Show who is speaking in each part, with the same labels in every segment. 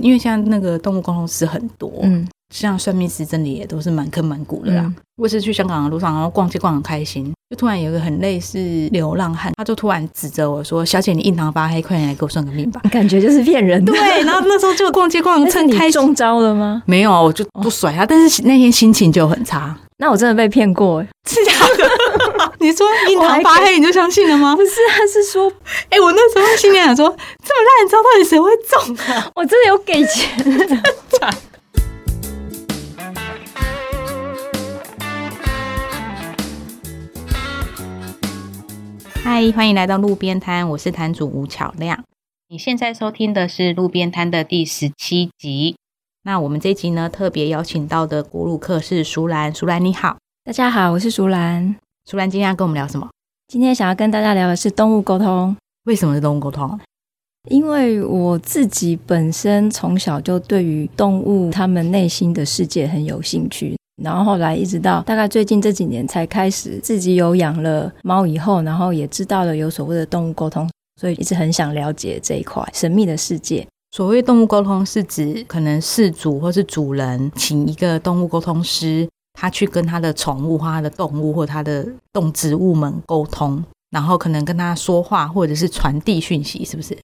Speaker 1: 因为现在那个动物沟通师很多，
Speaker 2: 嗯，
Speaker 1: 像算命师真的也都是蛮坑蛮谷的啦。
Speaker 2: 嗯
Speaker 1: 我也是去香港的路上，然后逛街逛得很开心，就突然有一个很类似流浪汉，他就突然指着我说：“小姐，你印堂发黑，快点来给我算个命吧。
Speaker 2: 感觉就是骗人”的。
Speaker 1: 对，啊然后那时候就逛街逛得
Speaker 2: 嗯 但是
Speaker 1: 趁
Speaker 2: 你
Speaker 1: 开心，
Speaker 2: 中哦招了吗？
Speaker 1: 没有，我就不甩他，但是那天心情就很差。
Speaker 2: 那我真的被骗过哎、
Speaker 1: 是假的？ 你说印堂发黑你就相信了吗
Speaker 2: 啊不？ 是，他是说
Speaker 1: 哎、我那时候心里想说，这么烂的招到底谁会中啊？
Speaker 2: 我真的有给钱 的。
Speaker 1: 嗨，欢迎来到路边摊，我是摊主吴巧亮。你现在收听的是路边摊的第十七集。那我们这集呢，特别邀请到的古鲁克是舒兰。舒兰你好，
Speaker 2: 大家好，我是竹兰，
Speaker 1: 舒兰今天要跟我们聊什么？
Speaker 2: 今天想要跟大家聊的是动物沟通，
Speaker 1: 为什么是动物沟通？
Speaker 2: 因为我自己本身从小就对于动物它们内心的世界很有兴趣。然后后来一直到大概最近这几年才开始自己有养了猫以后，然后也知道了有所谓的动物沟通，所以一直很想了解这一块神秘的世界。
Speaker 1: 所谓动物沟通，是指可能事主或是主人请一个动物沟通师，他去跟他的宠物、或他的动物或他的动植物们沟通，然后可能跟他说话或者是传递讯息，是不是？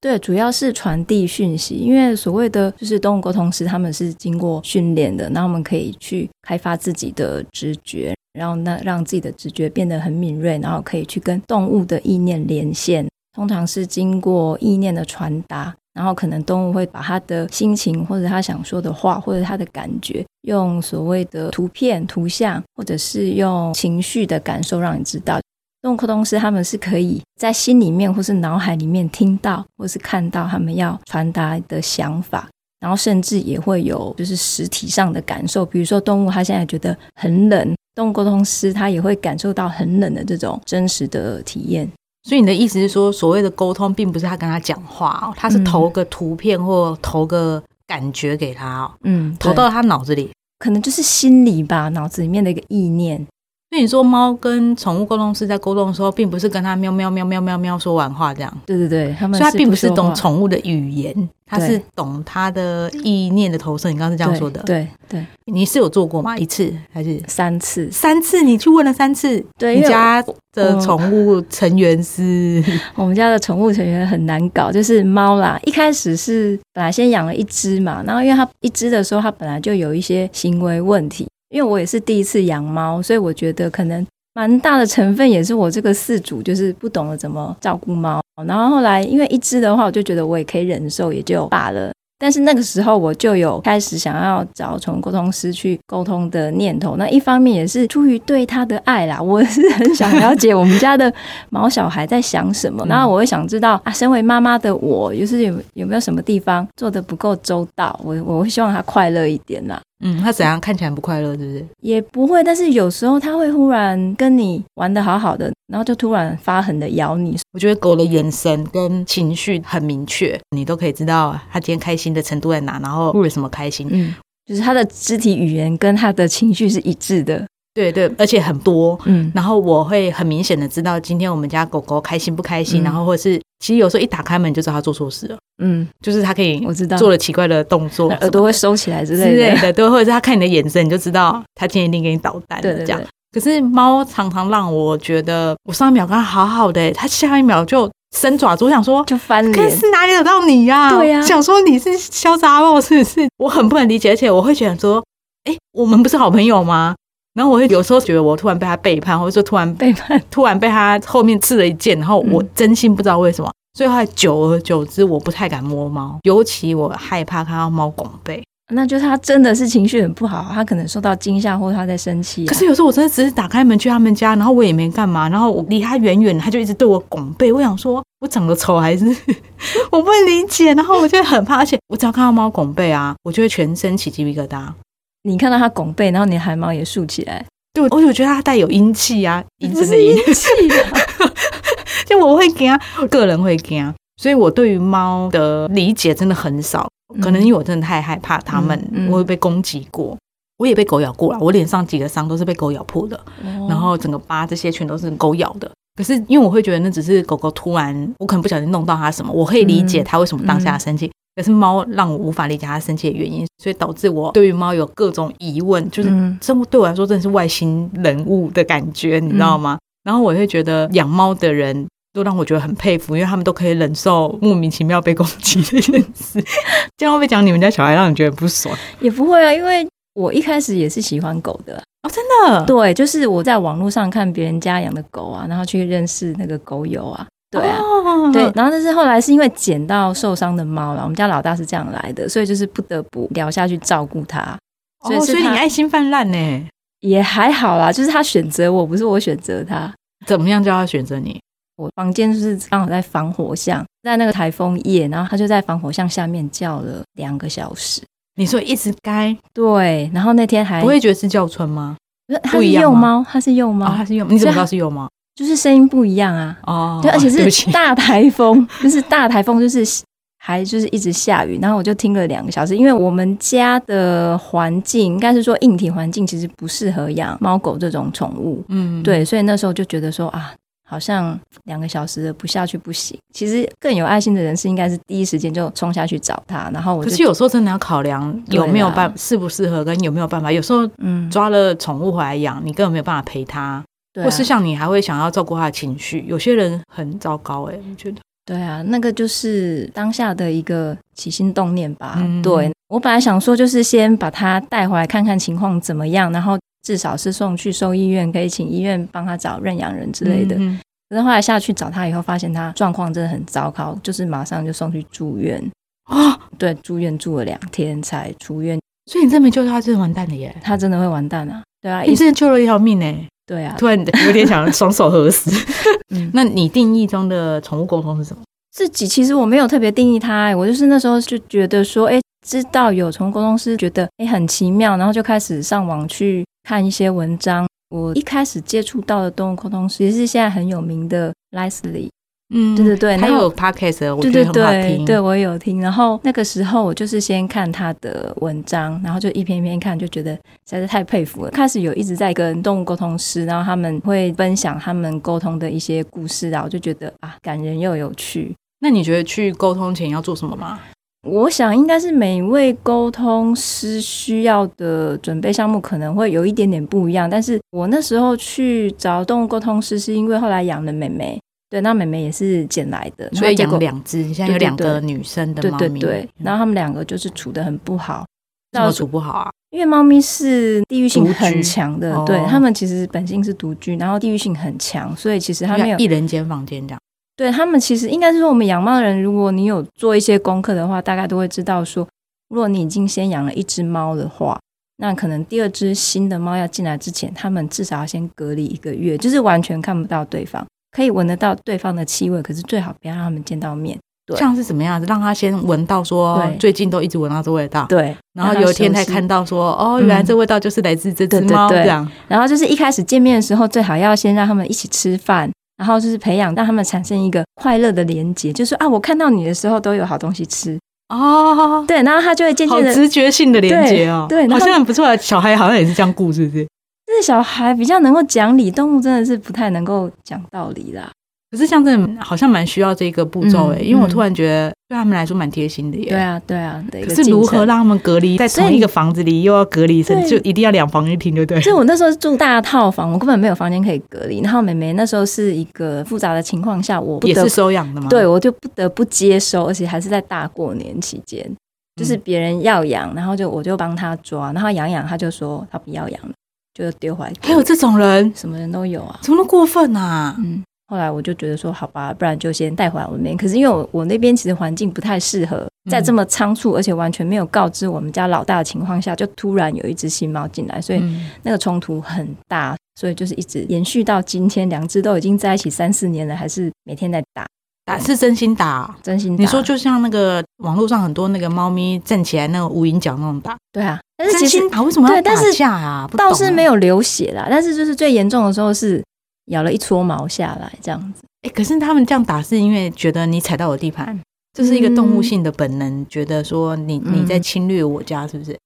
Speaker 2: 对，主要是传递讯息，因为所谓的就是动物沟通师，他们是经过训练的，那我们可以去开发自己的直觉，然后那让自己的直觉变得很敏锐，然后可以去跟动物的意念连线。通常是经过意念的传达，然后可能动物会把它的心情或者它想说的话或者它的感觉，用所谓的图片、图像，或者是用情绪的感受让你知道。动物沟通师他们是可以在心里面或是脑海里面听到或是看到他们要传达的想法，然后甚至也会有就是实体上的感受，比如说动物它现在觉得很冷，动物沟通师他也会感受到很冷的这种真实的体验。
Speaker 1: 所以你的意思是说，所谓的沟通，并不是他跟他讲话哦，他是投个图片或投个感觉给他哦，
Speaker 2: 嗯，
Speaker 1: 投
Speaker 2: 对
Speaker 1: 到他脑子里。
Speaker 2: 可能就是心理吧，脑子里面的一个意念。
Speaker 1: 所以你说，猫跟宠物沟通师在沟通的时候，并不是跟他喵喵喵喵喵喵说完话这样，
Speaker 2: 对对对，他
Speaker 1: 所
Speaker 2: 们
Speaker 1: 以它并不是
Speaker 2: 说
Speaker 1: 懂
Speaker 2: 话
Speaker 1: 宠物的语言，它是懂它的意念的投射。你刚刚是这样说的，
Speaker 2: 对对对
Speaker 1: 你是有做过吗？一次还是
Speaker 2: 三次，
Speaker 1: 三次？你去问了三次，
Speaker 2: 对，
Speaker 1: 你
Speaker 2: 因为
Speaker 1: 家的宠物成员是
Speaker 2: 我们家的宠物成员很难搞，就是猫啦。一开始是本来先养了一只嘛，然后因为它一只的时候，它本来就有一些行为问题。因为我也是第一次养猫，所以我觉得可能蛮大的成分也是我这个饲主就是不懂得怎么照顾猫。然后后来因为一只的话，我就觉得我也可以忍受，也就罢了。但是那个时候我就有开始想要找宠物沟通师去沟通的念头。那一方面也是出于对它的爱啦，我是很想了解我们家的毛小孩在想什么，
Speaker 1: 嗯
Speaker 2: 然后我会想知道啊，身为妈妈的我，就是有有没有什么地方做的不够周到，我我会希望他快乐一点啦。
Speaker 1: 嗯，它怎样看起来很不快乐，是不是？
Speaker 2: 也不会，但是有时候他会忽然跟你玩的好好的，然后就突然发狠的咬你，
Speaker 1: 我觉得狗的眼神跟情绪很明确，你都可以知道它今天开心的程度在哪，然后为什么开心。
Speaker 2: 嗯，就是他的肢体语言跟他的情绪是一致的，
Speaker 1: 对对，而且很多。
Speaker 2: 嗯，
Speaker 1: 然后我会很明显的知道今天我们家狗狗开心不开心，
Speaker 2: 嗯
Speaker 1: 然后或者是其实有时候一打开门就知道它做错事了，
Speaker 2: 嗯，
Speaker 1: 就是它可以
Speaker 2: 我知道
Speaker 1: 做了奇怪的动作，
Speaker 2: 耳朵会收起来之
Speaker 1: 之
Speaker 2: 类
Speaker 1: 类
Speaker 2: 的，
Speaker 1: 的，对，或者是它看你的眼神你就知道它今天一定给你捣蛋
Speaker 2: 对
Speaker 1: 了
Speaker 2: 对
Speaker 1: 这样可
Speaker 2: 对。，
Speaker 1: 是猫常常让我觉得，我上一秒跟它好好的、欸它下一秒就伸爪子，我想说
Speaker 2: 就翻
Speaker 1: 可
Speaker 2: 脸，
Speaker 1: 是哪里惹到你嗯呀、
Speaker 2: 对呀
Speaker 1: 想说你是潇洒豹是不是？ 我很不能理解，而且我会觉得说，哎、我们不是好朋友吗？然后我会有时候觉得我突然被他背叛，或者说突然被
Speaker 2: 背叛，
Speaker 1: 突然被他后面刺了一剑，然后我
Speaker 2: 嗯
Speaker 1: 真心不知道为什么。所以后来久而久之，我不太敢摸猫，尤其我害怕看到猫拱背。
Speaker 2: 那就是他真的是情绪很不好，他可能受到惊吓或他在生气、啊
Speaker 1: 可是有时候我真的只是打开门去他们家，然后我也没干嘛，然后我离他远远，他就一直对我拱背。我想说，我长得丑还是 我不能理解，然后我就很怕，而且我只要看到猫拱背啊，我就会全身起鸡皮疙瘩。
Speaker 2: 你看到他拱背，然后你汗毛也竖起 来，
Speaker 1: 对，我就觉得它带有阴气 啊，阴森的阴，
Speaker 2: 气啊，
Speaker 1: 就我会惊，我个人会惊，啊所以我对于猫的理解真的很少，可能因为我真的太害怕它们，
Speaker 2: 嗯嗯嗯
Speaker 1: 我会被攻击过，我也被狗咬过了，我脸上几个伤都是被狗咬破的。然后整个疤这些全都是狗咬的。可是因为我会觉得那只是狗狗突然，我可能不小心弄到它什么，我可以理解它为什么当下生气。可是猫让我无法理解它生气的原因，所以导致我对于猫有各种疑问，就是
Speaker 2: 嗯
Speaker 1: 生活对我来说真的是外星人物的感觉，你知道吗？然后我会觉得养猫的人都让我觉得很佩服，因为他们都可以忍受莫名其妙被攻击这件事。 这样会不会讲你们家小孩让你觉得很不爽？
Speaker 2: 也不会啊，因为我一开始也是喜欢狗的，
Speaker 1: 哦，真的，
Speaker 2: 对，就是我在网络上看别人家养的狗啊，然后去认识那个狗友啊，对啊。
Speaker 1: 哦
Speaker 2: 对，，然后但是后来是因为捡到受伤的猫了，我们家老大是这样来的，所以就是不得不聊下去照顾它，所以
Speaker 1: 哦，
Speaker 2: 是
Speaker 1: 所以你
Speaker 2: 他
Speaker 1: 爱心泛滥呢？
Speaker 2: 也还好啦，就是他选择我，不是我选择他。
Speaker 1: 怎么样叫他选择你？
Speaker 2: 我房间就是刚好在防火巷，在那个台风夜，然后他就在防火巷下面叫了两个小时。
Speaker 1: 你说一直该
Speaker 2: 对，然后那天还
Speaker 1: 不会觉得是叫春吗？
Speaker 2: 不是它
Speaker 1: 不
Speaker 2: 是
Speaker 1: 一样
Speaker 2: 幼
Speaker 1: 吗
Speaker 2: 猫，它是幼猫，
Speaker 1: 哦，他是幼，你怎么知道
Speaker 2: 所以它
Speaker 1: 是幼猫？
Speaker 2: 就是声音不一样啊。
Speaker 1: 哦，
Speaker 2: 对，而且
Speaker 1: 对不起
Speaker 2: 是大台风， 就是大台风，就是还就是一直下雨，然后我就听了两个小时，因为我们家的环境应该是说硬体环境其实不适合养猫狗这种宠物，
Speaker 1: 嗯，
Speaker 2: 对，所以那时候就觉得说啊，好像两个小时的不下去不行。其实更有爱心的人是应该是第一时间就冲下去找它，然后我
Speaker 1: 可
Speaker 2: 就是
Speaker 1: 有时候真的要考量
Speaker 2: 对啦啊
Speaker 1: 有没有办适不适合，跟有没有办法。有时候
Speaker 2: 嗯，
Speaker 1: 抓了宠物回来养，你根本没有办法陪它，
Speaker 2: 对啊
Speaker 1: 或是像你还会想要照顾它的情绪。有些人很糟糕哎、我觉得
Speaker 2: 对啊，那个就是当下的一个起心动念吧。
Speaker 1: 嗯
Speaker 2: 对我本来想说，就是先把它带回来看看情况怎么样，然后至少是送去兽医院，可以请医院帮他找认养人之类的。
Speaker 1: 嗯
Speaker 2: 可是后来下去找他以后，发现他状况真的很糟糕，就是马上就送去住院。
Speaker 1: 啊、
Speaker 2: 对，住院住了两天才出院，
Speaker 1: 所以你真没救到它，真的完蛋了耶！
Speaker 2: 他真的会完蛋啊！对啊，
Speaker 1: 你
Speaker 2: 医
Speaker 1: 真的救了一条命哎！
Speaker 2: 对啊，
Speaker 1: 突然有点想双手合 十。
Speaker 2: 嗯
Speaker 1: 那你定义中的宠物沟通是什么？
Speaker 2: 自己其实我没有特别定义它、欸，我就是那时候就觉得说，哎、知道有宠物沟通师，觉得哎、欸很奇妙，然后就开始上网去看一些文章。我一开始接触到的动物沟通师是现在很有名的 Leslie，
Speaker 1: 嗯
Speaker 2: 对对对
Speaker 1: 它
Speaker 2: 然后
Speaker 1: 有 podcast，我
Speaker 2: 对
Speaker 1: 觉得
Speaker 2: 对
Speaker 1: 很好
Speaker 2: 对，
Speaker 1: 听。
Speaker 2: 对我有听。然后那个时候我就是先看他的文章，然后就一篇一篇看，就觉得实在是太佩服了。开始有一直在跟动物沟通师，然后他们会分享他们沟通的一些故事啊，我就觉得啊，感人又有趣。
Speaker 1: 那你觉得去沟通前要做什么吗？
Speaker 2: 我想应该是每一位沟通师需要的准备项目可能会有一点点不一样，但是我那时候去找动物沟通师，是因为后来养了妹妹，对，那妹妹也是捡来的，然
Speaker 1: 所
Speaker 2: 后
Speaker 1: 以
Speaker 2: 结果
Speaker 1: 养两只，你现在
Speaker 2: 对
Speaker 1: 有
Speaker 2: 对
Speaker 1: 两个
Speaker 2: 对
Speaker 1: 女生的
Speaker 2: 对
Speaker 1: 猫
Speaker 2: 对
Speaker 1: 咪，
Speaker 2: 对，
Speaker 1: 嗯
Speaker 2: 然后他们两个就是处的很不好，
Speaker 1: 怎么煮不好啊？
Speaker 2: 因为猫咪是地域性很强的
Speaker 1: 独居，
Speaker 2: 对
Speaker 1: 哦
Speaker 2: 它们其实本性是独居，然后地域性很强，所以其实它
Speaker 1: 就
Speaker 2: 没
Speaker 1: 像
Speaker 2: 有
Speaker 1: 一人间房间这样。
Speaker 2: 对他们其实应该是说，我们养猫的人，如果你有做一些功课的话，大概都会知道说，如果你已经先养了一只猫的话，那可能第二只新的猫要进来之前，他们至少要先隔离一个月，就是完全看不到对方，可以闻得到对方的气味，可是最好不要让他们见到面。对
Speaker 1: 像是怎么样子，让他先闻到说
Speaker 2: 对
Speaker 1: 最近都一直闻到这味道，
Speaker 2: 对，
Speaker 1: 然后有一天才
Speaker 2: 才
Speaker 1: 看。到说哦，
Speaker 2: 嗯
Speaker 1: 原来这味道就是来自这只猫
Speaker 2: 对对对
Speaker 1: 这样。
Speaker 2: 然后就是一开始见面的时候，最好要先让他们一起吃饭，然后就是培养让他们产生一个快乐的连结，就是啊，我看到你的时候都有好东西吃。
Speaker 1: 哦，
Speaker 2: 对，然后他就会渐
Speaker 1: 好
Speaker 2: 渐的
Speaker 1: 直觉性的连接哦，
Speaker 2: 对对然
Speaker 1: 好
Speaker 2: 后
Speaker 1: 像很不错啊。小孩好像也是这样顾，是不是？
Speaker 2: 这小孩比较能够讲理，动物真的是不太能够讲道理啦。
Speaker 1: 可是像这好像蛮需要这个步骤诶，欸
Speaker 2: 嗯
Speaker 1: 因为我突然觉得对他们来说蛮贴心的耶。
Speaker 2: 对。啊，对啊，的一
Speaker 1: 可
Speaker 2: 个
Speaker 1: 是如何
Speaker 2: 进程？
Speaker 1: 让他们隔离在
Speaker 2: 所以
Speaker 1: 同一个房子里，又要隔离成，
Speaker 2: 对
Speaker 1: 就一定要两房一厅，对不对？
Speaker 2: 就我那时候是住大套房，我根本没有房间可以隔离。然后妹妹那时候是一个复杂的情况下，我不
Speaker 1: 也
Speaker 2: 得
Speaker 1: 是收养的吗？
Speaker 2: 对我就不得不接收，而且还是在大过年期间，
Speaker 1: 嗯
Speaker 2: 就是别人要养，然后就我就帮他抓，然后养养他就说他不要养了，就丢回来。
Speaker 1: 还有这种人，
Speaker 2: 什么人都有啊，
Speaker 1: 怎么那么过分啊？
Speaker 2: 嗯，后来我就觉得说，好吧，不然就先带回来我那边。可是因为我我那边其实环境不太适合，
Speaker 1: 嗯
Speaker 2: 在这么仓促而且完全没有告知我们家老大的情况下，就突然有一只新猫进来，所以
Speaker 1: 嗯
Speaker 2: 那个冲突很大，所以就是一直延续到今天，两只都已经在一起三四年了，还是每天在打，
Speaker 1: 打是真心打啊、
Speaker 2: 真心打。
Speaker 1: 你说就像那个网络上很多那个猫咪站起来那个无影脚那种打，
Speaker 2: 对啊，但是
Speaker 1: 真
Speaker 2: 其实
Speaker 1: 心打为什么要
Speaker 2: 对但
Speaker 1: 打
Speaker 2: 是
Speaker 1: 架啊？不懂啊
Speaker 2: 倒是没。有流血啦，但是就是最严重的时候是咬了一撮毛下来这样子。
Speaker 1: 哎、可是他们这样打是因为觉得你踩到我地盘，这是一个动物性的本能，觉得说你你在侵略我家，是不是？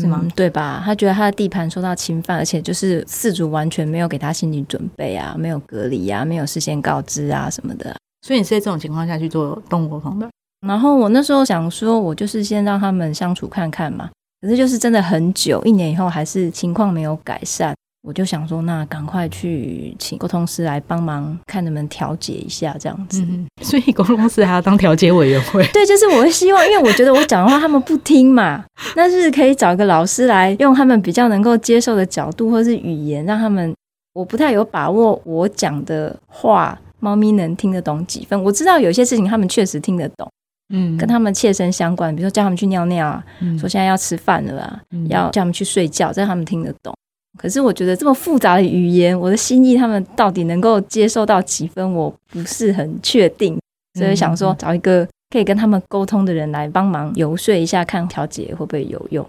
Speaker 1: 是吗
Speaker 2: 嗯？对吧？他觉得他的地盘受到侵犯，而且就是饲主完全没有给他心理准备啊，没有隔离啊，没有事先告知啊什么的啊、
Speaker 1: 所以你是在这种情况下去做动物沟通的。
Speaker 2: 然后我那时候想说，我就是先让他们相处看看嘛。可是就是真的很久，一年以后还是情况没有改善，我就想说，那赶快去请沟通师来帮忙，看能不能调解一下这样子。。
Speaker 1: 嗯，所以公公司还要当调解委员会
Speaker 2: 对，就是我会希望，因为我觉得我讲的话他们不听嘛， 那是可以找一个老师来用他们比较能够接受的角度或是语言，让他们我不太有把握我讲的话猫咪能听得懂几分。我知道有些事情他们确实听得懂，
Speaker 1: 嗯，
Speaker 2: 跟他们切身相关，比如说叫他们去尿尿啊，说现在要吃饭了啊，
Speaker 1: 嗯
Speaker 2: 要叫他们去睡觉，这样他们听得懂。可是我觉得这么复杂的语言，我的心意他们到底能够接受到几分，我不是很确定。所以想说找一个可以跟他们沟通的人来帮忙游说一下，看调解会不会有用。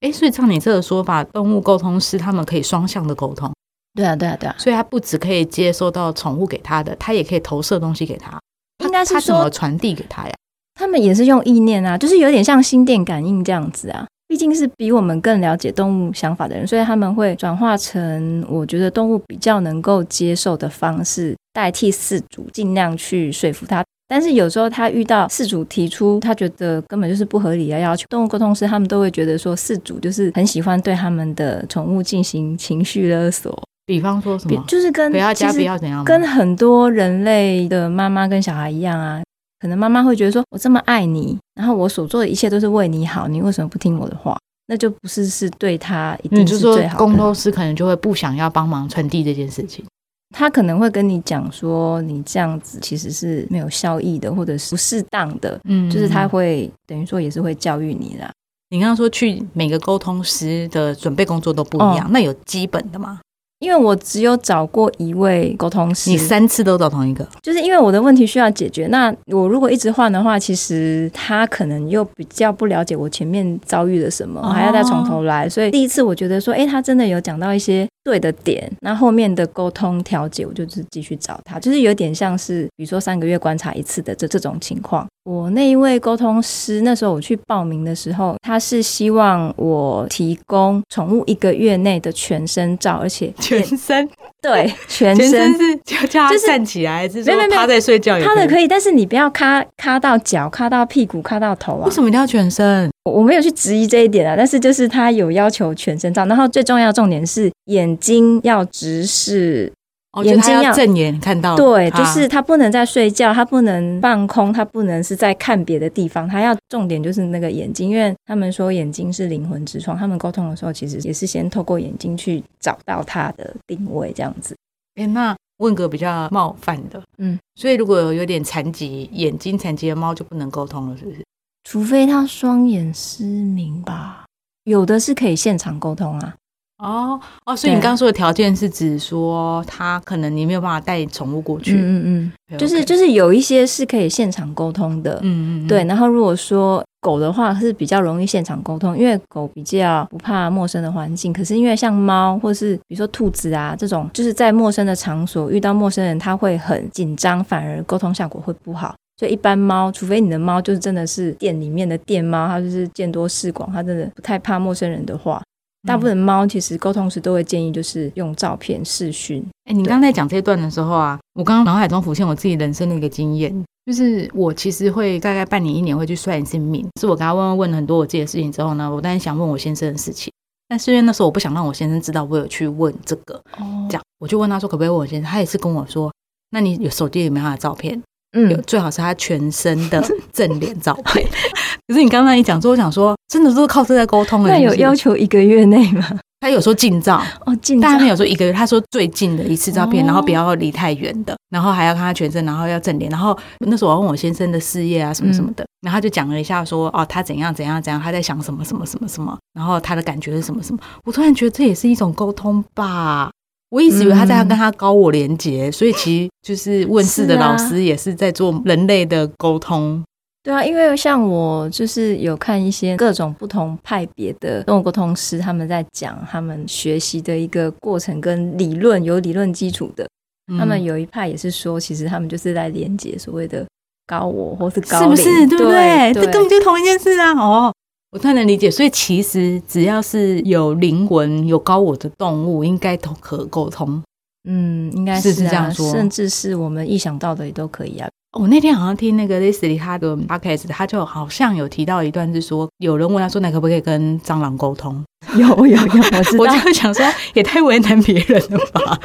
Speaker 1: 哎、所以照你这个说法，动物沟通师他们可以双向的沟通，
Speaker 2: 对啊，对啊，对啊，
Speaker 1: 所以他不只可以接收到宠物给他的，他也可以投射东西给他。
Speaker 2: 应该是
Speaker 1: 他怎么
Speaker 2: 说
Speaker 1: 传递给他呀？
Speaker 2: 他们也是用意念啊，就是有点像心电感应这样子啊。毕竟是比我们更了解动物想法的人，所以他们会转化成我觉得动物比较能够接受的方式，代替饲主尽量去说服他。但是有时候他遇到饲主提出他觉得根本就是不合理的要求，动物沟通师他们都会觉得说饲主就是很喜欢对他们的宠物进行情绪勒索，
Speaker 1: 比方说什
Speaker 2: 比
Speaker 1: 么？
Speaker 2: 就是跟
Speaker 1: 嗯不要加，不
Speaker 2: 其实
Speaker 1: 要怎样吗？
Speaker 2: 跟很多人类的妈妈跟小孩一样啊，可能妈妈会觉得说，我这么爱你，然后我所做的一切都是为你好，你为什么不听我的话？那就不是是对他一
Speaker 1: 你
Speaker 2: 定
Speaker 1: 嗯就是说
Speaker 2: 最，好
Speaker 1: 工
Speaker 2: 的。
Speaker 1: 头师可能就会不想要帮忙传递这件事情。
Speaker 2: 他可能会跟你讲说，你这样子其实是没有效益的，或者是不适当的，
Speaker 1: 嗯
Speaker 2: 就是他会等于说也是会教育你啦。
Speaker 1: 你刚刚说去每个沟通师的准备工作都不一样，那有基本的吗？
Speaker 2: 因为我只有找过一位沟通师，
Speaker 1: 你三次都找同一个，
Speaker 2: 就是因为我的问题需要解决，那我如果一直换的话，其实他可能又比较不了解我前面遭遇了什么，
Speaker 1: 哦
Speaker 2: 我还要再从头来。所以第一次我觉得说，诶，他真的有讲到一些对的点，那后面的沟通调解，我就是继续找他，就是有点像是比如说三个月观察一次的这这种情况。我那一位沟通师，那时候我去报名的时候，他是希望我提供宠物一个月内的全身照，而且
Speaker 1: 全身
Speaker 2: 对全
Speaker 1: 全
Speaker 2: 身
Speaker 1: 身是叫叫他
Speaker 2: 就是
Speaker 1: 站起来，还是
Speaker 2: 没
Speaker 1: 说
Speaker 2: 有没有
Speaker 1: 趴在睡觉也
Speaker 2: 趴的
Speaker 1: 以。
Speaker 2: 可以，但是你不要卡卡到脚、卡到屁股、卡到头啊
Speaker 1: 为！什么一定要全身？
Speaker 2: 我没有去质疑这一点啊，但是就是他有要求全身照，然后最重要的重点是眼睛要直视，
Speaker 1: 哦，
Speaker 2: 眼
Speaker 1: 就是
Speaker 2: 睛
Speaker 1: 他
Speaker 2: 要
Speaker 1: 要正眼看到他。
Speaker 2: 对，就是他不能在睡觉，他不能放空，他不能是在看别的地方，他要重点就是那个眼睛，因为他们说眼睛是灵魂之窗，他们沟通的时候其实也是先透过眼睛去找到它的定位，这样子。
Speaker 1: 诶那问个比较冒犯的，
Speaker 2: 嗯，
Speaker 1: 所以如果有点残疾、眼睛残疾的猫就不能沟通了，是不是？
Speaker 2: 除非他双眼失明吧，有的是可以现场沟通啊。
Speaker 1: 哦哦，所以
Speaker 2: 对
Speaker 1: 你刚刚说的条件是指说，它可能你没有办法带宠物过去，
Speaker 2: 嗯嗯嗯，
Speaker 1: OK，
Speaker 2: 就是就是有一些是可以现场沟通的，
Speaker 1: 嗯嗯，嗯
Speaker 2: 对。，然后如果说狗的话是比较容易现场沟通，因为狗比较不怕陌生的环境。可是因为像猫或是比如说兔子啊这种，就是在陌生的场所遇到陌生人，它会很紧张，反而沟通效果会不好。所以一般猫，除非你的猫就是真的是店里面的店猫，它就是见多识广，它真的不太怕陌生人的话，
Speaker 1: 嗯
Speaker 2: 大部分猫其实沟通时都会建议就是用照片视讯，
Speaker 1: 哎、你刚才讲这段的时候啊，我刚刚脑海中浮现我自己人生的一个经
Speaker 2: 嗯
Speaker 1: 验，就是我其实会大概半年一年会去算一次命，是我跟他问问很多我自己的事情之后呢，我当然想问我先生的事情，但是因为那时候我不想让我先生知道我有去问这个，
Speaker 2: 哦
Speaker 1: 这，样我就问他说可不可以问我先生，他也是跟我说，那你有手机有没有他的照片？有
Speaker 2: 嗯，
Speaker 1: 最好是他全身 的正脸照片。 可是你刚刚一讲说，我想说，真的都是靠这在沟通的。
Speaker 2: 那有
Speaker 1: 就是
Speaker 2: 要求一个月内吗？
Speaker 1: 他有说近照，
Speaker 2: 哦，近照
Speaker 1: 但他没有说一个月，他说最近的一次照片，
Speaker 2: 哦
Speaker 1: 然后不要离太远的，然后还要看他全身，然后要正脸。然后那时候我问我先生的事业啊什么
Speaker 2: 嗯
Speaker 1: 什么的，然后他就讲了一下说，哦，他怎样怎样怎样，他在想什么什么什么什么，然后他的感觉是什么什么。我突然觉得这也是一种沟通吧。我一直以为他在
Speaker 2: 嗯
Speaker 1: 跟他高我连结，所以其实就是问世的
Speaker 2: 是啊
Speaker 1: 老师也是在做人类的沟通。
Speaker 2: 对啊，因为像我就是有看一些各种不同派别的动物沟通师，他们在讲他们学习的一个过程跟理论有理论基础的，他们
Speaker 1: 嗯
Speaker 2: 有一派也是说，其实他们就是在连接所谓的高我或是高
Speaker 1: 是不
Speaker 2: 龄
Speaker 1: 是？对不
Speaker 2: 对？
Speaker 1: 这根本就同一件事啊！哦，我突然能理解。所以其实只要是有灵魂、有高我的动物，应该都可沟通。
Speaker 2: 嗯，应该
Speaker 1: 是
Speaker 2: 是,、啊、
Speaker 1: 是这样说
Speaker 2: 甚至是我们意想到的也都可以啊。
Speaker 1: 哦我那天好像听那个 Leslie 他的 podcast，他就好像有提到一段是说，有人问他说，那可不可以跟蟑螂沟通？
Speaker 2: 有有有，我知
Speaker 1: 我
Speaker 2: 道。
Speaker 1: 就想说，也太为难别人了吧？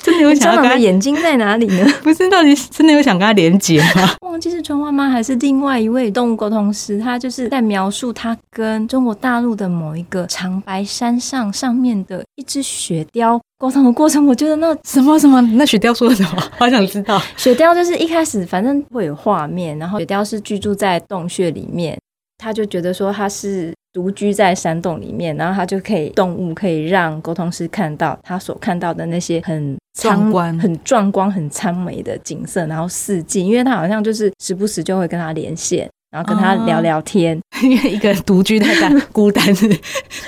Speaker 1: 真的有想
Speaker 2: 蟑
Speaker 1: 要
Speaker 2: 螂
Speaker 1: 跟
Speaker 2: 的
Speaker 1: 他，
Speaker 2: 眼睛在哪里呢？
Speaker 1: 不是到底真的有想跟他连接吗？
Speaker 2: 忘记是春花妈还是另外一位动物沟通师，他就是在描述他跟中国大陆的某一个长白山上上面的一只雪貂沟通的过程。我觉得那
Speaker 1: 什么什么？那雪貂说了什么？好想知道。
Speaker 2: 雪貂就是一开始反正会有画面，然后雪貂是居住在洞穴里面，他就觉得说他是独居在山洞里面，然后他就可以动物可以让沟通师看到他所看到的那些很苍
Speaker 1: 壮观
Speaker 2: 很壮观、很苍美的景色，然后四季，因为他好像就是时不时就会跟他连线。然后跟他聊聊天，
Speaker 1: 因为一个人独居太单孤单，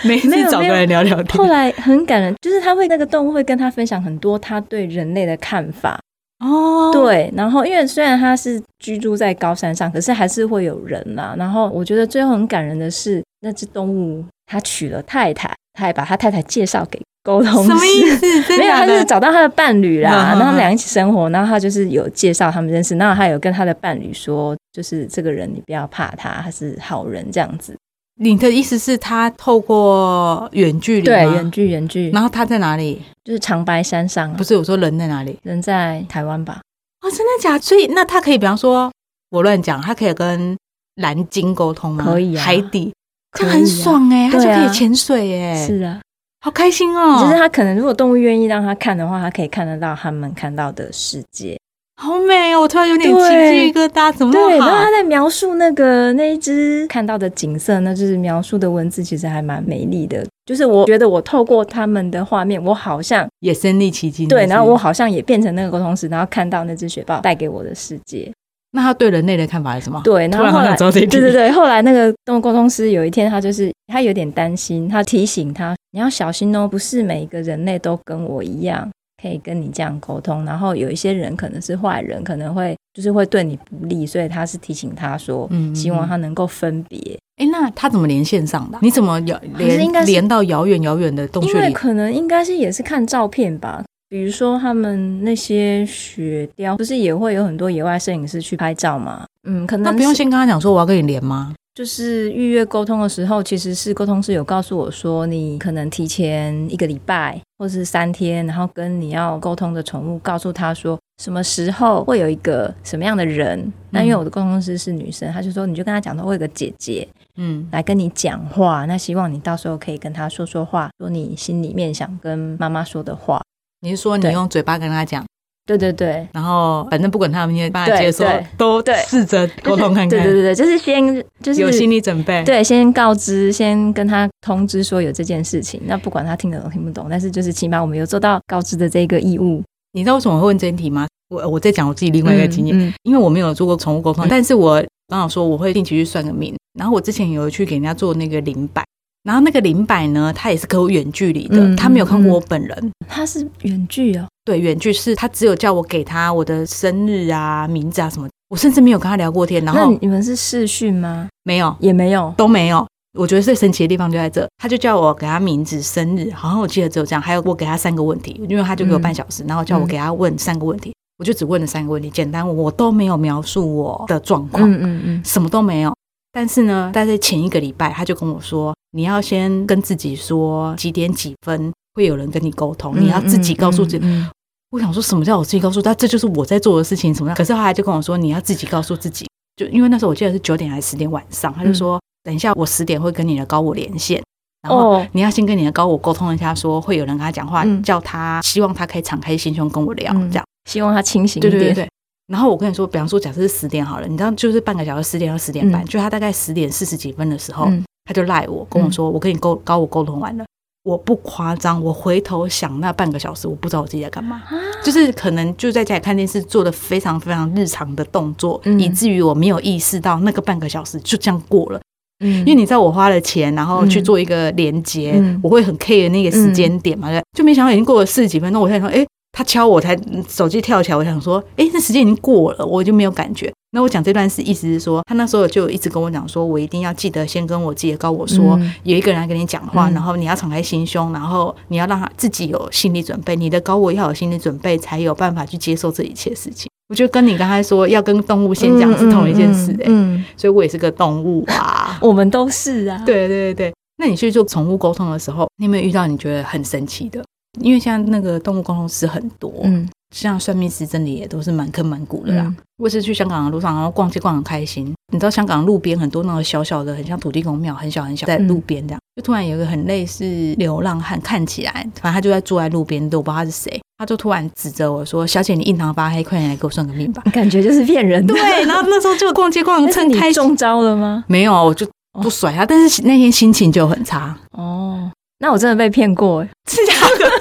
Speaker 1: 每
Speaker 2: 没有
Speaker 1: 次找个人聊聊
Speaker 2: 后
Speaker 1: 天。
Speaker 2: 来很感人，就是他会那个动物会跟他分享很多他对人类的看法，
Speaker 1: 哦，
Speaker 2: 对，然后因为虽然他是居住在高山上，可是还是会有人啦、然后我觉得最后很感人的是，那只动物它娶了太太，他还把他太太介绍给沟通
Speaker 1: 什么意
Speaker 2: 师。
Speaker 1: 思？真
Speaker 2: 没
Speaker 1: 的
Speaker 2: 有，
Speaker 1: 假
Speaker 2: 他
Speaker 1: 的
Speaker 2: 是找到他的伴侣啦，
Speaker 1: 嗯嗯嗯
Speaker 2: 然后他们俩一起生活，然后他就是有介绍他们认识，然后他有跟他的伴侣说，就是这个人你不要怕他，他是好人这样子。
Speaker 1: 你的意思是，他透过远距离
Speaker 2: 对，
Speaker 1: 吗
Speaker 2: 远距远距，
Speaker 1: 然后他在哪里？
Speaker 2: 就是长白山上啊
Speaker 1: 不，是我说人在哪里？
Speaker 2: 人在台湾吧？
Speaker 1: 哦，真的假？所以那他可以，比方说，我乱讲，他可以跟蓝鲸沟通吗？
Speaker 2: 可以啊
Speaker 1: 海底这样
Speaker 2: 可以啊
Speaker 1: 很爽哎、他就
Speaker 2: 对啊
Speaker 1: 可以潜水哎、
Speaker 2: 是啊，
Speaker 1: 好开心哦、
Speaker 2: 就是他可能如果动物愿意让他看的话，他可以看得到他们看到的世界。
Speaker 1: 好美哦！我突然有点
Speaker 2: 对
Speaker 1: 起鸡皮疙瘩，怎么
Speaker 2: 对，
Speaker 1: 那么
Speaker 2: 然后
Speaker 1: 哦好
Speaker 2: 他？在描述那个那一只看到的景色，那就是描述的文字，其实还蛮美丽的。就是我觉得我透过他们的画面，我好像
Speaker 1: 也身临其境。嗯
Speaker 2: 对，
Speaker 1: 就是
Speaker 2: 然后我好像也变成那个沟通师，然后看到那只雪豹带给我的世界。
Speaker 1: 那他对人类的看法是什么？
Speaker 2: 对，然
Speaker 1: 突
Speaker 2: 后
Speaker 1: 然
Speaker 2: 后
Speaker 1: 好
Speaker 2: 来
Speaker 1: 想知道这一题。
Speaker 2: 对对对，后来那个动物沟通师有一天，他就是他有点担心，他提醒他你要小心哦，不是每一个人类都跟我一样可以跟你这样沟通，然后有一些人可能是坏人，可能会就是会对你不利，所以他是提醒他说，
Speaker 1: 嗯嗯
Speaker 2: 希望他能够分别，
Speaker 1: 哎，那他怎么连线上的啊？你怎么遥
Speaker 2: 像应
Speaker 1: 连
Speaker 2: 该是
Speaker 1: 连到遥远遥远的洞
Speaker 2: 因
Speaker 1: 穴
Speaker 2: 为
Speaker 1: 里？
Speaker 2: 可能应该是也是看照片吧。比如说，他们那些雪雕，不是也会有很多野外摄影师去拍照吗？嗯，可能
Speaker 1: 那不用
Speaker 2: 是
Speaker 1: 先跟他讲说我要跟你连吗？
Speaker 2: 就是预约沟通的时候，其实是沟通师有告诉我说，你可能提前一个礼拜或是三天，然后跟你要沟通的宠物告诉他说什么时候会有一个什么样的人。那因为我的沟通师是女生，她就说你就跟她讲说会有个姐姐
Speaker 1: 嗯，
Speaker 2: 来跟你讲话，那希望你到时候可以跟她说说话，说你心里面想跟妈妈说的话。
Speaker 1: 你是说你
Speaker 2: 对
Speaker 1: 用嘴巴跟他讲，
Speaker 2: 对对对，
Speaker 1: 然后反正不管他们没办法
Speaker 2: 对
Speaker 1: 接受
Speaker 2: 对，
Speaker 1: 都
Speaker 2: 对
Speaker 1: 试着沟通看看，
Speaker 2: 对对对对，就是先就是
Speaker 1: 有心理准备。，
Speaker 2: 对，先告知，先跟他通知说有这件事情。那不管他听得懂听不懂，但是就是起码我们有做到告知的这个义务。
Speaker 1: 你知道为什么会问这一题吗？我我在讲我自己另外一个经验，
Speaker 2: 嗯，嗯
Speaker 1: 因为我没有做过宠物沟通，
Speaker 2: 嗯
Speaker 1: 但是我刚好说我会定期去算个命，然后我之前有去给人家做那个灵摆，然后那个灵摆呢，它也是可远距离的，
Speaker 2: 嗯
Speaker 1: 他没有看过我本人，
Speaker 2: 他是远距哦，
Speaker 1: 对，远距是他只有叫我给他我的生日啊、名字啊什么，我甚至没有跟他聊过天，然
Speaker 2: 那
Speaker 1: 后
Speaker 2: 你们是视讯吗？
Speaker 1: 没有
Speaker 2: 也没有，
Speaker 1: 都没有。我觉得最神奇的地方就在这，他就叫我给他名字、生日，好像我记得只有这样，还有我给他三个问题，因为他就给我半小时，然后叫我给他问三个问题，我就只问了三个问题，简单问，我都没有描述我的状况，
Speaker 2: 嗯嗯嗯，
Speaker 1: 什么都没有。但是呢，大概前一个礼拜，他就跟我说，你要先跟自己说几点几分会有人跟你沟
Speaker 2: 嗯
Speaker 1: 通，你要自己告诉自己，
Speaker 2: 己。
Speaker 1: 我想说什么叫我自己告诉他，这就是我在做的事情，什么样？可是后来就跟我说，你要自己告诉自己，就因为那时候我记得是九点还是十点晚上，
Speaker 2: 嗯
Speaker 1: 他就说、等一下我十点会跟你的高我连线，然后
Speaker 2: 哦，
Speaker 1: 你要先跟你的高我沟通一下说会有人跟他讲话，
Speaker 2: 嗯
Speaker 1: 叫他希望他可以敞开心胸跟我聊、
Speaker 2: 嗯
Speaker 1: 这样。
Speaker 2: 希望他清醒一
Speaker 1: 对
Speaker 2: 点。嗯
Speaker 1: 对对对。然后我跟你说，比方说假设是十点好了，你知道就是半个小时，十点到十点半，
Speaker 2: 嗯
Speaker 1: 就他大概十点四十几分的时候，
Speaker 2: 嗯
Speaker 1: 他就赖我，跟我说、我跟你沟高我沟通完了。我不夸张，我回头想那半个小时，我不知道我自己在干嘛。
Speaker 2: 啊，
Speaker 1: 就是可能就在家里看电视，做的非常非常日常的动作，
Speaker 2: 嗯
Speaker 1: 以至于我没有意识到那个半个小时就这样过了。
Speaker 2: 嗯，
Speaker 1: 因为你知道我花了钱，然后去
Speaker 2: 嗯
Speaker 1: 做一个连接，
Speaker 2: 嗯
Speaker 1: 我会很 care 那个时间点嘛，对就没想到已经过了四十几分钟，我才想说，哎、他敲我才嗯手机跳起来，我想说，哎、那时间已经过了，我就没有感觉。那我讲这段是意思是说，他那时候就一直跟我讲说，我一定要记得先跟我自己的高我说，
Speaker 2: 嗯
Speaker 1: 有一个人来跟你讲话，
Speaker 2: 嗯
Speaker 1: 然后你要敞开心胸，然后你要让他自己有心理准备，你的高我要有心理准备，才有办法去接受这一切事情。我觉得跟你刚才说要跟动物先讲是同一件事、欸，哎、
Speaker 2: 嗯，嗯
Speaker 1: 所以我也是个动物啊。
Speaker 2: 我们都是啊，，
Speaker 1: 对对对，那你去做宠物沟通的时候，你有没有遇到你觉得很神奇的？因为现在那个动物沟通师很多，
Speaker 2: 嗯
Speaker 1: 像算命师真的也都是满坑满谷的啦。
Speaker 2: 嗯
Speaker 1: 我也是去香港的路上，然后逛街逛得很开心。你知道香港路边很多那种小小的，很像土地公庙，很小很小，
Speaker 2: 嗯
Speaker 1: 在路边这样，就突然有一个很类似流浪汉，看起来反正他就在坐在路边，都我不知道他是谁，他就突然指着我说：“小姐，你印堂发黑，快点来给我算个 命吧。
Speaker 2: 感觉就是骗人”的。啊
Speaker 1: 对，然后那时候就逛街逛得
Speaker 2: 但是
Speaker 1: 趁
Speaker 2: 你
Speaker 1: 开心，
Speaker 2: 中招了吗？
Speaker 1: 没有，我就不甩他，但是那天心情就很差。
Speaker 2: 哦，那我真的被骗过欸，
Speaker 1: 是假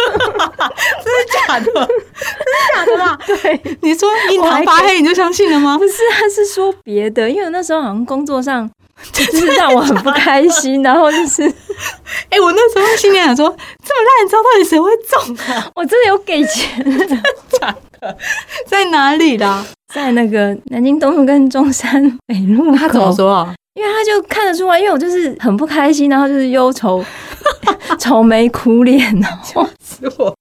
Speaker 1: 的，真的假的，真的假的啦！
Speaker 2: 对，
Speaker 1: 你说印堂发黑，你就相信了吗
Speaker 2: 不？是，他是说别的，因为我那时候好像工作 上就是让我很不开心，然后就是
Speaker 1: 哎、我那时候心里想说， 这么烂招到底谁会中啊？
Speaker 2: 我真的有给钱，
Speaker 1: 在哪里啦？
Speaker 2: 在那个南京东路跟中山北路
Speaker 1: 他怎么
Speaker 2: 口
Speaker 1: 说啊？
Speaker 2: 因为他就看得出来，因为我就是很不开心，然后就是忧 愁、愁眉苦脸， 然后
Speaker 1: 是我。哦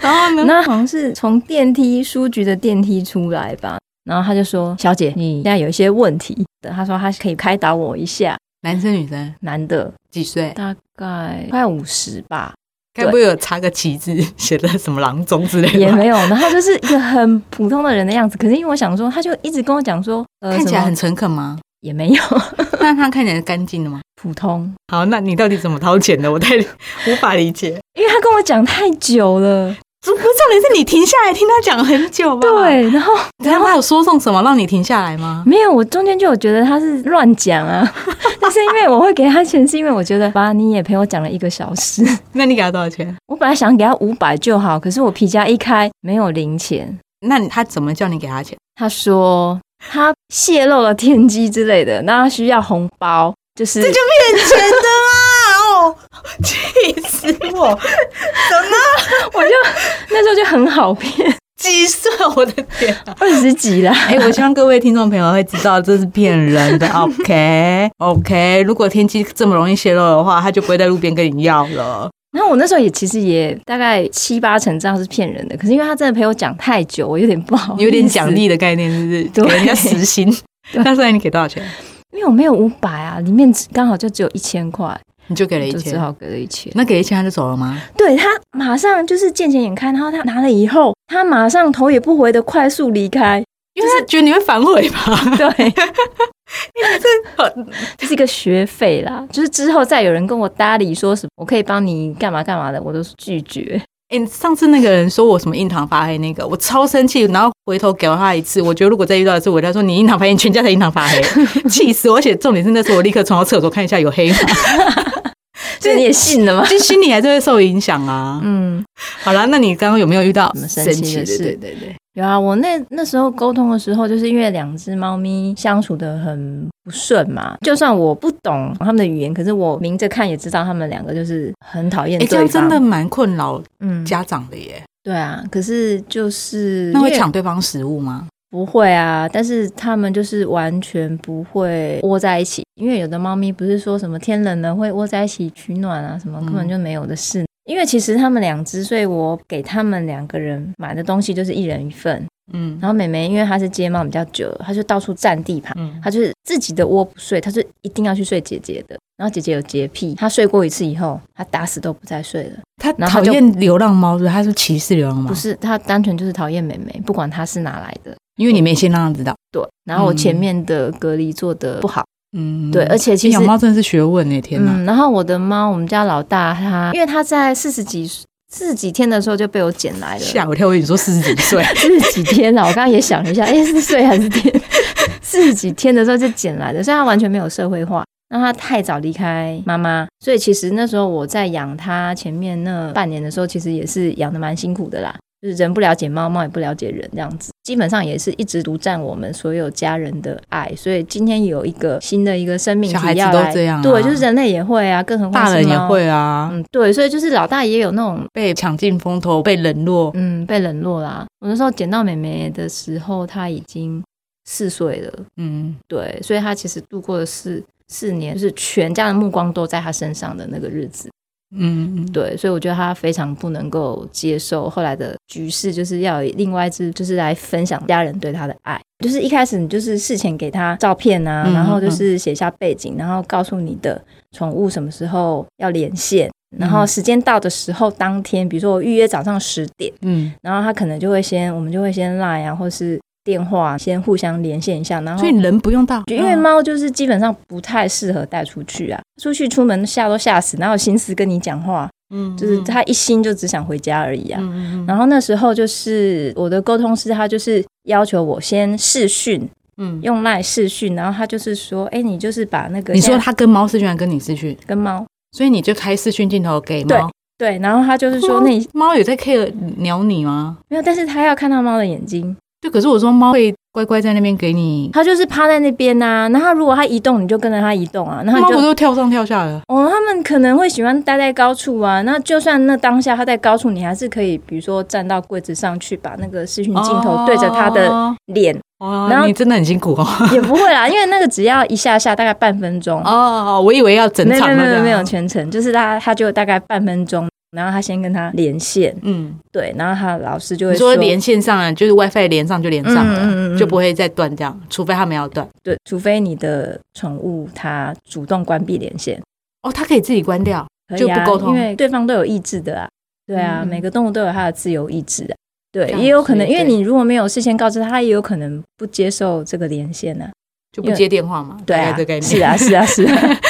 Speaker 1: 然后呢？
Speaker 2: 那好像是从电梯书局的电梯出来吧，然后他就说：“小姐，你现在有一些问题。”他说他可以开导我一下，
Speaker 1: 男生女生
Speaker 2: 男的
Speaker 1: 几岁？
Speaker 2: 大概快五十吧，
Speaker 1: 该不会有插个旗子，写的什么郎中之类
Speaker 2: 也
Speaker 1: 的吧？
Speaker 2: 没有，然后就是一个很普通的人的样子。可是因为我想说，他就一直跟我讲说，呃，
Speaker 1: 看起来
Speaker 2: 什么
Speaker 1: 很诚恳吗？
Speaker 2: 也没有
Speaker 1: 那他看起来干净的吗？
Speaker 2: 普通，
Speaker 1: 好，那你到底怎么掏钱的？我太无法理解。
Speaker 2: 因为他跟我讲太久了，
Speaker 1: 不， 重点是你停下来听他讲很久吧？，
Speaker 2: 对，然后
Speaker 1: 然 后他有说送什么让你停下来吗？
Speaker 2: 没有，我中间就有觉得他是乱讲啊， 但是因为我会给他钱，是因为我觉得爸你也陪我讲了一个小时，
Speaker 1: 那你给他多少钱？
Speaker 2: 我本来想给他五百就好，可是我皮夹一开没有零钱，
Speaker 1: 那你他怎么叫你给他钱？
Speaker 2: 他说他泄露了天机之类的，那他需要红包，就是
Speaker 1: 这就骗钱的啊！哦， 气死我！
Speaker 2: 我就那时候就很好骗，
Speaker 1: 几岁？我的天、啊！
Speaker 2: 二十几啦，
Speaker 1: 哎、我希望各位听众朋友会知道这是骗人的。OK OK，如果天气这么容易泄露的话，他就不会在路边跟你要了。
Speaker 2: 然后我那时候也其实也大概七八成知道是骗人的，可是因为他真的陪我讲太久，我有点不好，
Speaker 1: 你有点奖，励的概念，是不是？
Speaker 2: 对
Speaker 1: 给人家实薪。 那所以你给多少钱？
Speaker 2: 因为我没有五百啊，里面只刚好就只有一千块，
Speaker 1: 你就给了一
Speaker 2: 就只
Speaker 1: 千。
Speaker 2: 好给了一千。
Speaker 1: 那给了一千他就走了吗？
Speaker 2: 对他马上就是见钱眼开，然后他拿了以后，他马上头也不回的快速离开。
Speaker 1: 因为他觉得你会反悔吧？
Speaker 2: 对，
Speaker 1: 很
Speaker 2: 这是一个学费啦，就是之后再有人跟我搭理说什么，我可以帮你干嘛干嘛的，我都拒绝。
Speaker 1: 哎、你上次那个人说我什么印堂发黑那个，我超生气，然后回头给了他一次。我觉得如果再遇到一次，我跟他说你印堂发黑，你全家的印堂发黑， 气死我！而且重点是那时候我立刻冲到厕所看一下有黑吗，
Speaker 2: 所以你也信 了吗？
Speaker 1: 就心里还是会受影响啊。
Speaker 2: 嗯，
Speaker 1: 好啦，那你刚刚有没有遇到
Speaker 2: 什么神奇的事
Speaker 1: 对对对，
Speaker 2: 有啊，我那那时候沟通的时候，就是因为两只猫咪相处的很不顺嘛，就算我不懂他们的语言，可是我明着看也知道他们两个就是很讨厌
Speaker 1: 哎、
Speaker 2: 对
Speaker 1: 这
Speaker 2: 方。
Speaker 1: 样真的，蛮困扰
Speaker 2: 嗯，
Speaker 1: 家长的耶。
Speaker 2: 对啊，可是就是
Speaker 1: 那
Speaker 2: 因
Speaker 1: 会
Speaker 2: 为
Speaker 1: 抢对方食物吗？
Speaker 2: 不会啊，但是他们就是完全不会窝在一起，因为有的猫咪不是说什么天冷了会窝在一起取暖啊，什么
Speaker 1: 嗯
Speaker 2: 根本就没有的事。因为其实他们两只，所以我给他们两个人买的东西就是一人一份。
Speaker 1: 嗯
Speaker 2: 然后妹妹因为她是接猫比较久了，她就到处占地盘，
Speaker 1: 嗯，
Speaker 2: 她就是自己的窝不睡，她就一定要去睡姐姐的。然后姐姐有洁癖，她睡过一次以后，她打死都不再睡了。
Speaker 1: 他
Speaker 2: 然
Speaker 1: 讨
Speaker 2: 后就
Speaker 1: 厌流浪猫，对不对，他是歧视流浪猫
Speaker 2: 不，是，她单纯就是讨厌妹妹，不管她是哪来的。
Speaker 1: 因为你没先让他知道。
Speaker 2: 对，然后我前
Speaker 1: 嗯
Speaker 2: 面的隔离做的不好。
Speaker 1: 嗯，
Speaker 2: 对，而且其实
Speaker 1: 养猫真的是学问耶！天哪，
Speaker 2: 嗯，然后我的猫，我们家老大它，因为它在四十几四十几天的时候就被我捡来了。
Speaker 1: 吓我一跳！我以为你说四十几岁，
Speaker 2: 四十几天了，我刚刚也想了一下，哎、是岁还是天？四十几天的时候就捡来的，所以它完全没有社会化。那它太早离开妈妈，所以其实那时候我在养它前面那半年的时候，其实也是养的蛮辛苦的啦。就是人不了解猫，猫也不了解人，这样子，基本上也是一直独占我们所有家人的爱。所以今天有一个新的一个生命体
Speaker 1: 小孩子
Speaker 2: 要
Speaker 1: 都
Speaker 2: 来
Speaker 1: 这样啊
Speaker 2: 对，就是人类也会啊，更何况
Speaker 1: 大
Speaker 2: 是
Speaker 1: 人也
Speaker 2: 猫
Speaker 1: 会啊，
Speaker 2: 嗯，对，所以就是老大也有那种
Speaker 1: 被抢尽风头，被冷落。
Speaker 2: 嗯被冷落啦。我那时候捡到妹妹的时候，她已经四岁了，
Speaker 1: 嗯，
Speaker 2: 对，所以她其实度过了四四年，就是全家的目光都在她身上的那个日子。
Speaker 1: 嗯，嗯，
Speaker 2: 对，所以我觉得他非常不能够接受后来的局势，就是要有另外一只，就是来分享家人对他的爱。就是一开始你就是事前给他照片啊，
Speaker 1: 嗯
Speaker 2: 然后就是写下背景，然后告诉你的宠物什么时候要连线，然
Speaker 1: 嗯
Speaker 2: 后时间到的时候当天，比如说我预约早上十点，
Speaker 1: 嗯，
Speaker 2: 然后他可能就会先，我们就会先 line 啊，或是电话先互相连线一下，然后
Speaker 1: 所以人不用到，
Speaker 2: 就因为
Speaker 1: 嗯
Speaker 2: 猫就是基本上不太适合带出去啊，出去出门吓都吓死，哪有心思跟你讲话？
Speaker 1: 嗯
Speaker 2: 就是，它一心就只想回家而已啊。
Speaker 1: 嗯嗯
Speaker 2: 然后那时候就是我的沟通师，他就是要求我先视讯，
Speaker 1: 嗯，嗯
Speaker 2: 用赖视讯，然后他就是说，哎，你就是把那个
Speaker 1: 你说
Speaker 2: 现在
Speaker 1: 他跟猫视讯还是跟你视讯？
Speaker 2: 跟猫
Speaker 1: 所以你就开视讯镜头给
Speaker 2: 对
Speaker 1: 猫，
Speaker 2: 对，然后他就是
Speaker 1: 哦
Speaker 2: 说，那你
Speaker 1: 猫有在 care 鸟你吗？
Speaker 2: 没有，但是他要看到猫的眼睛，
Speaker 1: 对，可是我说猫会乖乖在那边给你，
Speaker 2: 他就是趴在那边呐、啊。那他如果他移动，你就跟着他移动啊，然后
Speaker 1: 猫
Speaker 2: 你就
Speaker 1: 不都跳上跳下的？
Speaker 2: 哦，他们可能会喜欢待在高处啊。那就算那当下他在高处，你还是可以，比如说站到柜子上去，把那个视讯镜头对着他的
Speaker 1: 哦，
Speaker 2: 脸，
Speaker 1: 哦
Speaker 2: 然后
Speaker 1: 你真的很辛苦 哦。
Speaker 2: 也不会啦，因为那个只要一下下，大概半分钟。
Speaker 1: 哦哦，我以为要整
Speaker 2: 没有
Speaker 1: 场
Speaker 2: 没
Speaker 1: 的，
Speaker 2: 有没有没有，全程，就是他他就大概半分钟，然后他先跟他连线，
Speaker 1: 嗯，
Speaker 2: 对，然后他老师就
Speaker 1: 你
Speaker 2: 会
Speaker 1: 说连线上了，啊就是 WiFi 连上就连上了，
Speaker 2: 嗯嗯嗯嗯
Speaker 1: 就不会再断掉，除非他们要断。
Speaker 2: 对，除非你的宠物它主动关闭连线，
Speaker 1: 哦，它可以自己关掉。
Speaker 2: 可以
Speaker 1: 就不
Speaker 2: 啊
Speaker 1: 沟通
Speaker 2: 因为对方都有意志的啊。对啊，
Speaker 1: 嗯
Speaker 2: 每个动物都有它的自由意志啊。对
Speaker 1: 这，样
Speaker 2: 也有可能，
Speaker 1: 是
Speaker 2: 因为
Speaker 1: 对
Speaker 2: 你如果没有事先告知他，他也有可能不接受这个连线呢、啊。
Speaker 1: 就不接电话嘛，
Speaker 2: 对
Speaker 1: 大
Speaker 2: 啊
Speaker 1: 概这概，念
Speaker 2: 是 啊，，是啊，是 啊，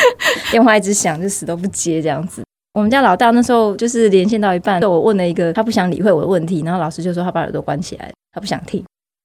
Speaker 2: 电话一直响，就死都不接这样子。我们家老大那时候就是连线到一半，我问了一个他不想理会我的问题，然后老师就说他把耳朵关起来，他不想听。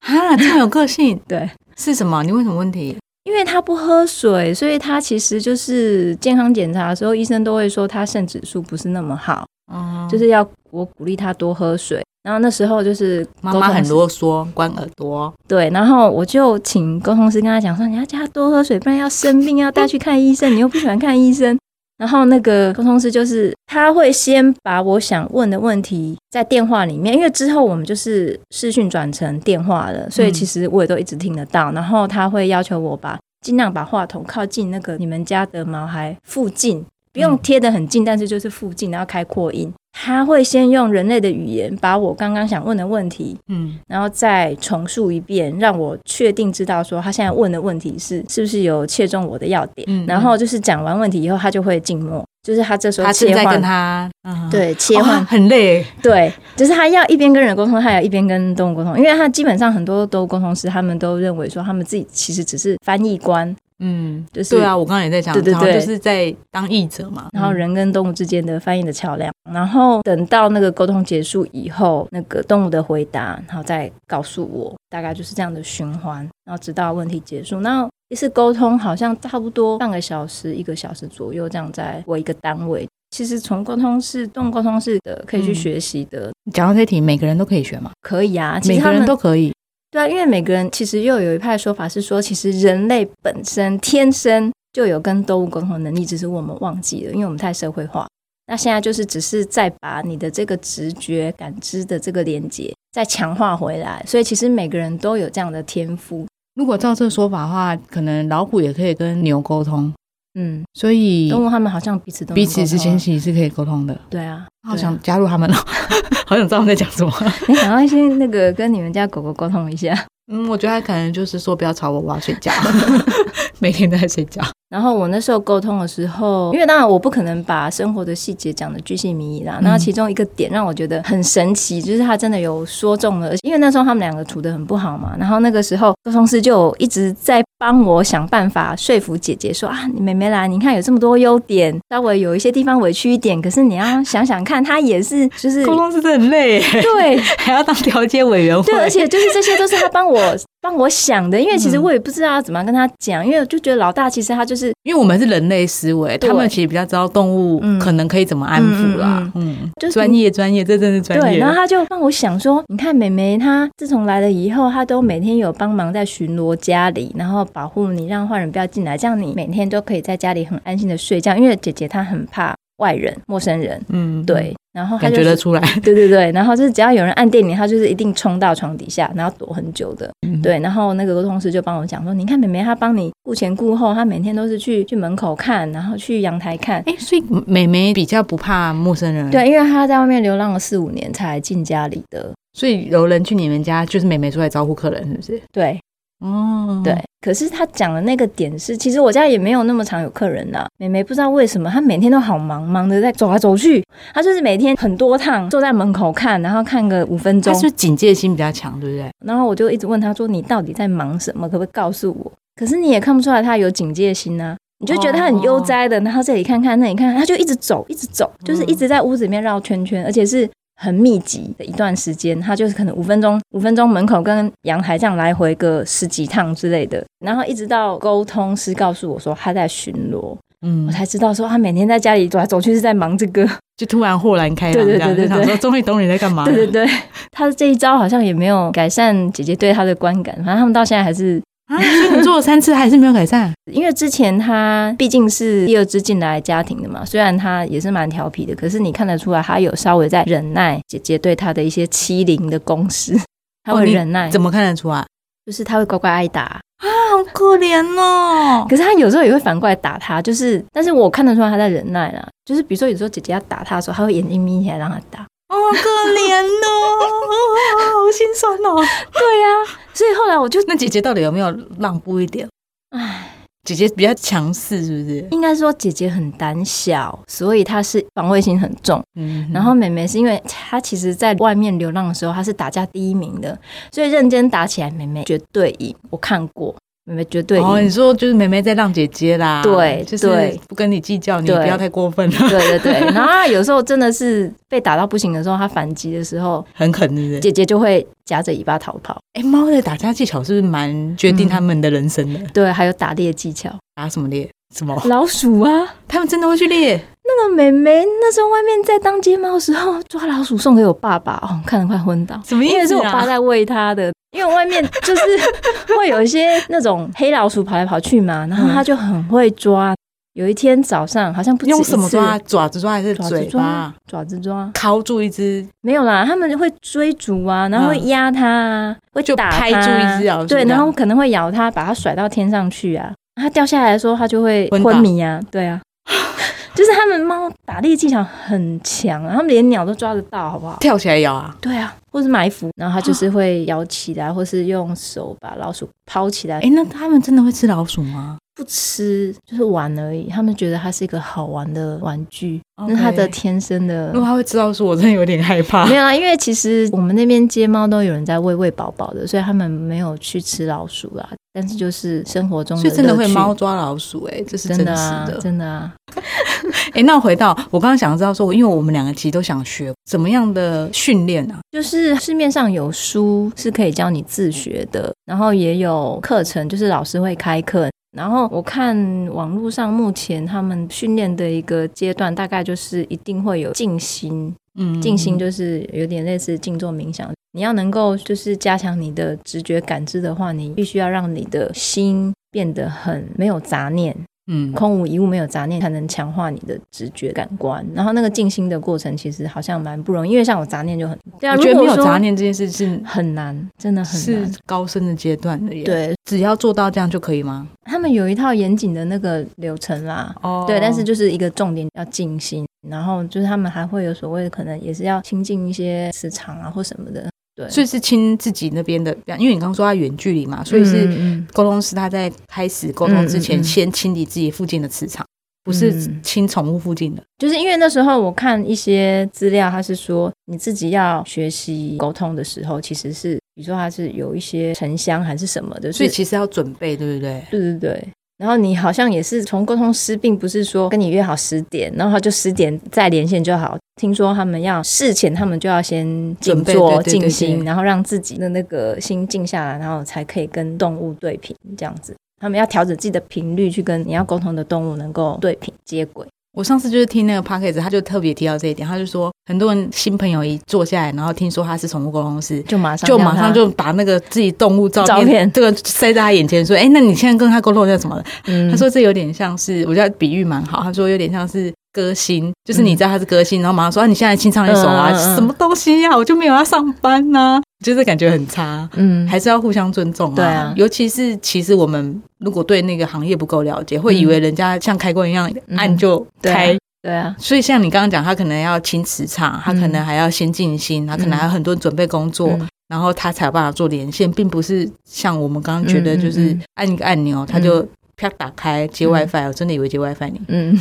Speaker 1: 啊，这么有个性
Speaker 2: 对，
Speaker 1: 是什么？你问什么问题？
Speaker 2: 因为他不喝水，所以他其实就是健康检查的时候，医生都会说他肾指数不是那么好。
Speaker 1: 嗯，
Speaker 2: 就是要我鼓励他多喝水。然后那时候就是
Speaker 1: 妈妈很
Speaker 2: 多。
Speaker 1: 啰嗦，关耳朵。
Speaker 2: 对，然后我就请沟通师跟他讲说，你要叫他多喝水，不然要生病，要带去看医生。你又不喜欢看医生。然后那个沟通师就是他会先把我想问的问题在电话里面，因为之后我们就是视讯转成电话了，所以
Speaker 1: 嗯
Speaker 2: 其实我也都一直听得到。然后他会要求我把尽量把话筒靠近那个你们家的毛孩附近，不用
Speaker 1: 嗯
Speaker 2: 贴得很近，但是就是附近，然后开扩音。他会先用人类的语言把我刚刚想问的问题
Speaker 1: 嗯，
Speaker 2: 然后再重述一遍，让我确定知道说他现在问的问题是是不是有切中我的要点。
Speaker 1: 嗯
Speaker 2: 然后就是讲完问题以后，他就会静默，就是他这时候
Speaker 1: 他正
Speaker 2: 切
Speaker 1: 在跟
Speaker 2: 换，
Speaker 1: 他，嗯，
Speaker 2: 对切换、
Speaker 1: 哦很累。
Speaker 2: 对，就是他要一边跟人沟通，他也要一边跟动物沟通，因为他基本上很多都沟通师他们都认为说他们自己其实只是翻译官，
Speaker 1: 嗯，
Speaker 2: 就是
Speaker 1: 对啊，我刚刚也在讲，
Speaker 2: 对对
Speaker 1: 常常
Speaker 2: 对
Speaker 1: 就是在当译者嘛。嗯
Speaker 2: 然后人跟动物之间的翻译的桥梁。然后等到那个沟通结束以后，那个动物的回答，然后再告诉我，大概就是这样的循环，然后直到问题结束。那一次沟通好像差不多半个小时、一个小时左右，这样在我一个单位。其实从沟通室、动物沟通室的可以去
Speaker 1: 嗯
Speaker 2: 学习的，
Speaker 1: 嗯讲到这题，每个人都可以学嘛，
Speaker 2: 可以啊。其
Speaker 1: 每
Speaker 2: 实他
Speaker 1: 个
Speaker 2: 们
Speaker 1: 人都可以。
Speaker 2: 对啊，因为每个人其实又有一派说法是说，其实人类本身天生就有跟动物沟通的能力，只是我们忘记了，因为我们太社会化。那现在就是只是再把你的这个直觉感知的这个连接再强化回来，所以其实每个人都有这样的天赋。
Speaker 1: 如果照这个说法的话，可能老虎也可以跟牛沟通，
Speaker 2: 嗯，
Speaker 1: 所以
Speaker 2: 动物他们好像彼此都能
Speaker 1: 彼此
Speaker 2: 沟通
Speaker 1: 之
Speaker 2: 啊
Speaker 1: 间其实是可以沟通的。
Speaker 2: 对啊，
Speaker 1: 好
Speaker 2: 对啊
Speaker 1: 想加入他们哦， 好想知道他们在讲什么。
Speaker 2: 你想要先那个跟你们家狗狗沟通一下。
Speaker 1: 嗯，我觉得他可能就是说不要吵我，我要睡觉， 每天都在睡觉。
Speaker 2: 然后我那时候沟通的时候，因为当然我不可能把生活的细节讲的巨细靡遗啦。
Speaker 1: 嗯
Speaker 2: 那、其中一个点让我觉得很神奇，就是他真的有说中了，而且因为那时候他们两个处的很不好嘛。然后那个时候沟通师就有一直在帮我想办法说服姐姐说啊，你妹妹来，你看有这么多优点，稍微有一些地方委屈一点，可是你要想想看，她也是就是
Speaker 1: 沟通真的很累耶，
Speaker 2: 对
Speaker 1: 还要当调解委员会
Speaker 2: 对，。而且就是这些都是他帮我帮我想的，因为其实
Speaker 1: 嗯
Speaker 2: 我也不知道要怎么跟他讲，因为我就觉得老大其实他就是
Speaker 1: 因为我们是人类思维，
Speaker 2: 对
Speaker 1: 他们其实比较知道动物
Speaker 2: 嗯
Speaker 1: 可能可以怎么安抚啦。嗯，
Speaker 2: 就是
Speaker 1: 专业专业，这真是专
Speaker 2: 对，
Speaker 1: 业
Speaker 2: 然。后他就让我想说，你看美眉她自从来了以后，她都每天有帮忙在巡逻家里，然后保护你，让坏人不要进来，这样你每天都可以在家里很安心的睡觉。因为姐姐她很怕外人、陌生人，
Speaker 1: 嗯，
Speaker 2: 对。然后他
Speaker 1: 感
Speaker 2: 就
Speaker 1: 觉
Speaker 2: 是
Speaker 1: 得出来，
Speaker 2: 对对对，然后就是只要有人按电铃，他就是一定冲到床底下，然后躲很久的。
Speaker 1: 嗯
Speaker 2: 对，然后那个同事就帮我讲说，你看妹妹她帮你顾前顾后，她每天都是去去门口看，然后去阳台看。
Speaker 1: 哎，所以美眉比较不怕陌生人，，
Speaker 2: 对，因为她在外面流浪了四五年才进家里的。
Speaker 1: 所以有人去你们家，就是美眉出来招呼客人，是不是？
Speaker 2: 对
Speaker 1: 哦，
Speaker 2: 对，，可是她讲的那个点是，其实我家也没有那么常有客人啦、妹妹不知道为什么，她每天都好忙，忙的在走来走去。她就是每天很多趟坐在门口看，然后看个五分
Speaker 1: 她是
Speaker 2: 钟
Speaker 1: 不。是警戒心比较强，对不对？
Speaker 2: 然后我就一直问他说：“你到底在忙什么？可不可以告诉我？”可是你也看不出来他有警戒心啊，你就觉得他很悠哉的，然后这里看看那里看看，他就一直走，一直走，就是一直在屋子里面绕圈圈，而且是很密集的一段时间。他就是可能五分钟，五分钟门口跟阳台这样来回个十几趟之类的，然后一直到沟通师告诉我说他在巡逻，
Speaker 1: 嗯
Speaker 2: 我，才知道说他啊每天在家里走来走去是在忙这个。
Speaker 1: 就突然豁然开朗，
Speaker 2: 对对
Speaker 1: 这样
Speaker 2: 对对
Speaker 1: 就想说终于懂你在干嘛了，
Speaker 2: 对对对，他这一招好像也没有改善姐姐对他的观感，反正他们到现在还是
Speaker 1: 啊，所以你做了三次还是没有改善，
Speaker 2: 因为之前他毕竟是第二只进来家庭的嘛，虽然他也是蛮调皮的，可是你看得出来，他有稍微在忍耐姐姐对他的一些欺凌的攻势，他会
Speaker 1: 哦你
Speaker 2: 忍耐，
Speaker 1: 怎么看得出啊？
Speaker 2: 就是他会乖乖挨打。
Speaker 1: 好可怜哦，
Speaker 2: 可是他有时候也会反过来打他，就是，但是我看得出来他在忍耐啦，就是比如说有时候姐姐要打他的时候，他会眼睛眯起来让他打。
Speaker 1: 哦，可怜哦，好心酸哦。
Speaker 2: 对呀、所以后来我就，
Speaker 1: 那姐姐到底有没有让步一点？
Speaker 2: 唉，
Speaker 1: 姐姐比较强势，是不是？
Speaker 2: 应该说姐姐很胆小，所以她是防卫心很重。
Speaker 1: 嗯，
Speaker 2: 然后妹妹是因为她其实在外面流浪的时候，她是打架第一名的，所以认真打起来，妹妹绝对赢。我看过，妹妹绝对赢。
Speaker 1: 哦，你说就是妹妹在让姐姐啦，
Speaker 2: 对
Speaker 1: 就是
Speaker 2: 对
Speaker 1: 不跟你计较，你
Speaker 2: 对
Speaker 1: 不要太过分了，
Speaker 2: 对对对，然后她有时候真的是被打到不行的时候，她反击的时候，
Speaker 1: 很狠，是不是？
Speaker 2: 姐姐就会夹着尾巴逃跑。
Speaker 1: 哎，猫的打架技巧是不是蛮决定他们的人生的？
Speaker 2: 对，还有打猎技巧，
Speaker 1: 打什么猎？什么？
Speaker 2: 老鼠啊，
Speaker 1: 他们真的会去猎？
Speaker 2: 那个妹妹那时候外面在当街猫的时候抓老鼠送给我爸爸，哦，看得快昏倒。
Speaker 1: 什么意
Speaker 2: 因为是
Speaker 1: 思
Speaker 2: 我爸
Speaker 1: 啊？
Speaker 2: 在喂它的，因为外面就是会有一些那种黑老鼠跑来跑去
Speaker 1: 嗯
Speaker 2: 嘛，然后它就很会抓。有一天早上好像不止
Speaker 1: 用
Speaker 2: 一
Speaker 1: 什么
Speaker 2: 次
Speaker 1: 抓？爪子抓还是
Speaker 2: 爪子
Speaker 1: 嘴
Speaker 2: 抓
Speaker 1: 巴？、
Speaker 2: 爪子抓，
Speaker 1: 铐住一只，
Speaker 2: 没有啦，他们会追逐啊，然后会压它啊，会
Speaker 1: 嗯就
Speaker 2: 打
Speaker 1: 拍
Speaker 2: 它
Speaker 1: 住一只老鼠
Speaker 2: 对，
Speaker 1: 啊这
Speaker 2: 然
Speaker 1: 样
Speaker 2: 后可能会咬它，把它甩到天上去啊，它掉下来的时候它就会
Speaker 1: 昏倒
Speaker 2: 昏迷啊，对啊， 就是他们猫打猎技巧很强啊，他们连鸟都抓得到，好不好？
Speaker 1: 跳起来咬啊？哦
Speaker 2: 对啊，或是埋伏，然后它就是会摇起来，或是用手把老鼠抛起来
Speaker 1: 哎，，那他们真的会吃老鼠吗？
Speaker 2: 不吃就是玩而已。他们觉得它是一个好玩的玩具，那
Speaker 1: OK
Speaker 2: 它的天生的
Speaker 1: 如。果他会知道说，我真的有点害怕
Speaker 2: 没。有啦，啊因为其实我们那边街猫都有人在喂喂饱饱的，所以他们没有去吃老鼠啦。但是就是生活中的
Speaker 1: 所以真的
Speaker 2: 乐
Speaker 1: 会
Speaker 2: 趣
Speaker 1: 猫抓老鼠、哎，这是真
Speaker 2: 真
Speaker 1: 实
Speaker 2: 的啊，
Speaker 1: 的。
Speaker 2: 真的啊，
Speaker 1: 哎、那回到我刚刚想知道说，因为我们两个其实都想学怎么样的训练啊？
Speaker 2: 就是市面上有书是可以教你自学的，然后也有课程，就是老师会开课。然后我看网络上目前他们训练的一个阶段，大概就是一定会有静心，
Speaker 1: 嗯
Speaker 2: 静心就是有点类似静坐冥想。你要能够就是加强你的直觉感知的话，你必须要让你的心变得很没有杂念，
Speaker 1: 嗯，
Speaker 2: 空无一物，没有杂念，才能强化你的直觉感官。然后那个静心的过程其实好像蛮不容易，因为像我杂念就很对啊，
Speaker 1: 我觉得
Speaker 2: 如
Speaker 1: 没
Speaker 2: 果
Speaker 1: 有
Speaker 2: 说
Speaker 1: 杂念这件事是
Speaker 2: 很难，真的很
Speaker 1: 是
Speaker 2: 难。
Speaker 1: 高深的阶段的耶。，
Speaker 2: 对
Speaker 1: 只要做到这样就可以吗？
Speaker 2: 他们有一套严谨的那个流程啦。
Speaker 1: 哦
Speaker 2: 对，但是就是一个重点要静心，然后就是他们还会有所谓的可能也是要亲近一
Speaker 1: 嗯
Speaker 2: 些磁场啊或什么的。对，
Speaker 1: 哦所以是亲自己那边的，因为你刚刚说他远距离嘛，所以
Speaker 2: 嗯
Speaker 1: 是
Speaker 2: 嗯
Speaker 1: 沟通师他在开始沟通之
Speaker 2: 嗯嗯
Speaker 1: 前，
Speaker 2: 嗯
Speaker 1: 先清理自己附近的磁场，不是
Speaker 2: 嗯
Speaker 1: 清宠物附近的。
Speaker 2: 就是因为那时候我看一些资料，他是说你自己要学习沟通的时候，其实是比如说他是有一些沉香还是什么的，
Speaker 1: 所以
Speaker 2: 是
Speaker 1: 其实要准备，对不对？
Speaker 2: 对对对。然后你好像也是从沟通师，并不是说跟你约好十点，然后他就十点再连线就好。听说他们要事前，他们就要先静
Speaker 1: 准备
Speaker 2: 坐、
Speaker 1: 对对对
Speaker 2: 静
Speaker 1: 对
Speaker 2: 心，
Speaker 1: 对
Speaker 2: 然后让自己的那个心静下来，然后才可以跟动物对频这样子。他们要调整自己的频率，去跟你要沟通的动物能够对频接轨。
Speaker 1: 我上次就是听那个 p o c k e t 他就特别提到这一点，他就说很多人新朋友一坐下来，然后听说他是宠物沟通师，
Speaker 2: 就马上
Speaker 1: 就
Speaker 2: 让
Speaker 1: 马上
Speaker 2: 他
Speaker 1: 就把那个自己动物照片
Speaker 2: 照片
Speaker 1: 这个塞在他眼前，说：“哎、那你现在跟他沟通叫什么了？”
Speaker 2: 嗯
Speaker 1: 他说：“这有点像是，我觉得比喻蛮好。他说有点像是歌星，就是你知道他是歌星，然后马上说、啊、你现在清唱一首啊，
Speaker 2: 嗯嗯嗯
Speaker 1: 什么东西呀、我就没有要上班呐、就是感觉很差。
Speaker 2: 嗯，
Speaker 1: 还是要互相尊重啊。
Speaker 2: 对啊
Speaker 1: 尤其是其实我们如果对那个行业不够了解，会以为人家像开关一样
Speaker 2: 嗯
Speaker 1: 按就
Speaker 2: 对啊
Speaker 1: 开。
Speaker 2: 对啊，
Speaker 1: 所以像你刚刚讲，他可能要清磁场，他可能还要先静心，他可能还有很多准备工作。
Speaker 2: 嗯
Speaker 1: 然后他才有办法做连线，并不是像我们刚刚觉得，
Speaker 2: 嗯嗯
Speaker 1: 就是
Speaker 2: 嗯
Speaker 1: 按一个按钮，他就啪打开接 WiFi，我真的以为接 WiFi 呢。
Speaker 2: 嗯，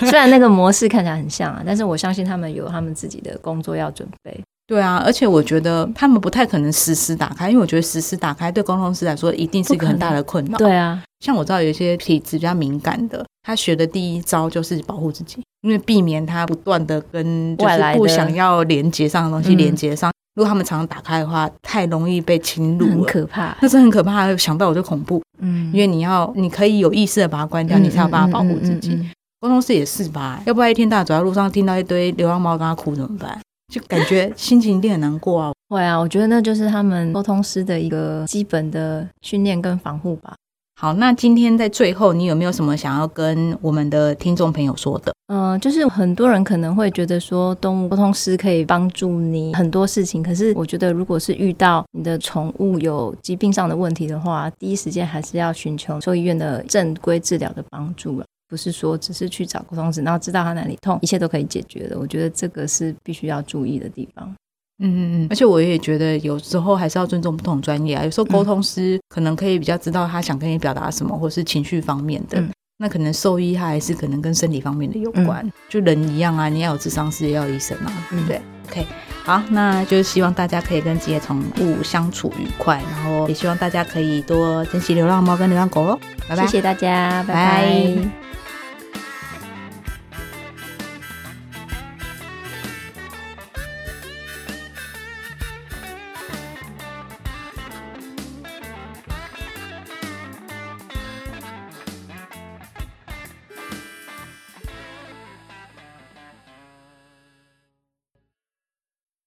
Speaker 2: 虽然那个模式看起来很像啊，但是我相信他们有他们自己的工作要准备。
Speaker 1: 对啊，而且我觉得他们不太可能实时打开，因为我觉得实时打开对工程师来说一定是一个很大的困扰。
Speaker 2: 对啊，
Speaker 1: 像我知道有一些体质比较敏感的，他学的第一招就是保护自己，因为避免他不断的跟就
Speaker 2: 外
Speaker 1: 是
Speaker 2: 来的
Speaker 1: 不想要连接上的东西
Speaker 2: 嗯
Speaker 1: 连接上。如果他们常常打开的话，太容易被侵
Speaker 2: 很
Speaker 1: 入了。
Speaker 2: 可怕。
Speaker 1: 那是很可怕的，想到我就恐怖，
Speaker 2: 嗯
Speaker 1: 因为你要，你可以有意识的把它关掉，你才有办法保护自己。
Speaker 2: 嗯嗯嗯嗯
Speaker 1: 沟通室也是吧，要不然一天到晚走在路上听到一堆流浪猫跟它哭怎么办？就感 觉心情一定很难过啊。
Speaker 2: 会啊，我觉得那就是他们沟通师的一个基本的训练跟防护吧。
Speaker 1: 好，那今天在最后，你有没有什么想要跟我们的听众朋友说的？
Speaker 2: 嗯、就是很多人可能会觉得说，动物沟通师可以帮助你很多事情，可是我觉得，如果是遇到你的宠物有疾病上的问题的话，第一时间还是要寻求兽医院的正规治疗的帮助了。不是说只是去找沟通师，然后知道他哪里痛，一切都可以解决的。我觉得这个是必须要注意的地方。
Speaker 1: 嗯嗯嗯，而且我也觉得有时候还是要尊重不同专业啊。有时候沟通师可能可以比较知道他想跟你表达什么，或是情绪方面的。
Speaker 2: 嗯
Speaker 1: 那可能兽医他还是可能跟生理方面的有关，就人一样啊，你要有智商师，也要有医生啊，对
Speaker 2: 嗯
Speaker 1: 不对？OK，好，那就是希望大家可以跟自己的宠物相处愉快，然后也希望大家可以多珍惜流浪猫跟流浪狗喽，拜拜。
Speaker 2: 谢谢大家，拜
Speaker 1: 拜
Speaker 2: 拜。
Speaker 1: 拜